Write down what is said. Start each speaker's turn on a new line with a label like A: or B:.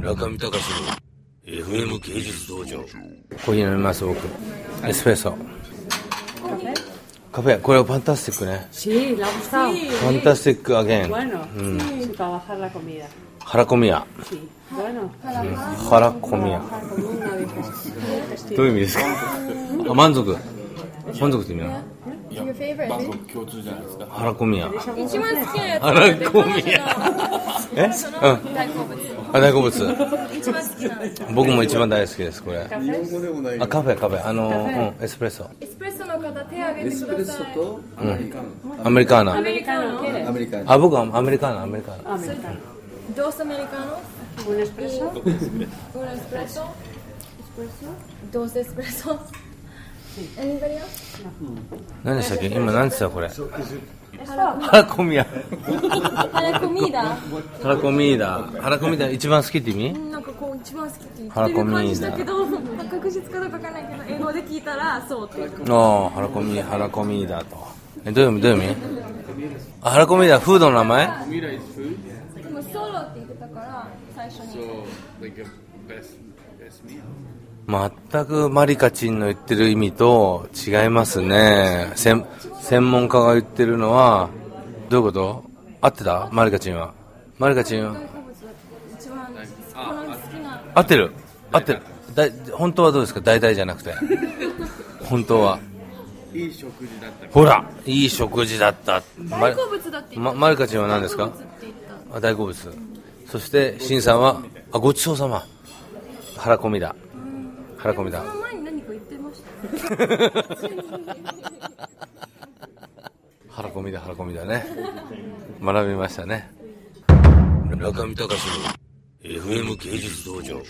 A: 中見隆の FM 芸術道場
B: コーヒー飲みます僕エスプレッソカフェこれはファンタスティックね
C: Sí, le ha gustado. Mm.
B: ファンタスティックアゲイン
C: Bueno, sí, para bajar la comida.
B: 腹込み屋
C: Sí, bueno.
B: 腹込み屋
C: Una vez así.
B: どういう意味ですかあ満足満足って意味なの
D: Your favorite?
B: 腹込み屋
D: 一番好きなやつ。
B: 腹込み屋えうん
D: 大好物。
B: あ大好物
D: 一番好きなの。エ
B: 僕も一番大好きですこれあカフェカフェあのうんエスプレッソ
D: スプレッソの方手挙げてください。
B: アメリカーナ
D: アメリカの
C: ¿Quieres?
B: あ僕はアメリカーナアメリカーナ
C: Americano.
D: ドースアメリカの
C: ¿Un expreso?
D: ウエスプレッソ。ドースエスプレッソ。Anybody else?
B: 何でしたっけ今何でしたこれ腹込み屋
D: あれコミーダ。
B: 腹込みだ腹込みだ一番好きって意味
D: なんかこう一番好きって言ってる感じだけど、確実かどうかわかんないけど英語で聞いたらそうっていうか。
B: ああ腹込み腹込みだとえどういう意味どういう意味あ腹込みだフードの名前
D: でもソロって言ってたから最初に。
B: 全くマリカチンの言ってる意味と違いますね専専門家が言ってるのはどういうこと合ってたマリカチンはマリカチンは
D: 大好物だって一番この好きな。
B: 合ってる合ってるだい本当はどうですか大体じゃなくて本当はいい食事だったほらいい食事だった
D: 大好物だって言
B: ま
D: った。
B: マリカチンは何ですか
D: 大好物って言った。
B: あ大好物そしてシンさんはあごちそうさま腹込みだ腹込みだ
D: その前に何か言ってました。
B: 腹込みだ腹込みだね学びましたね
A: 中見隆の FM 芸術道場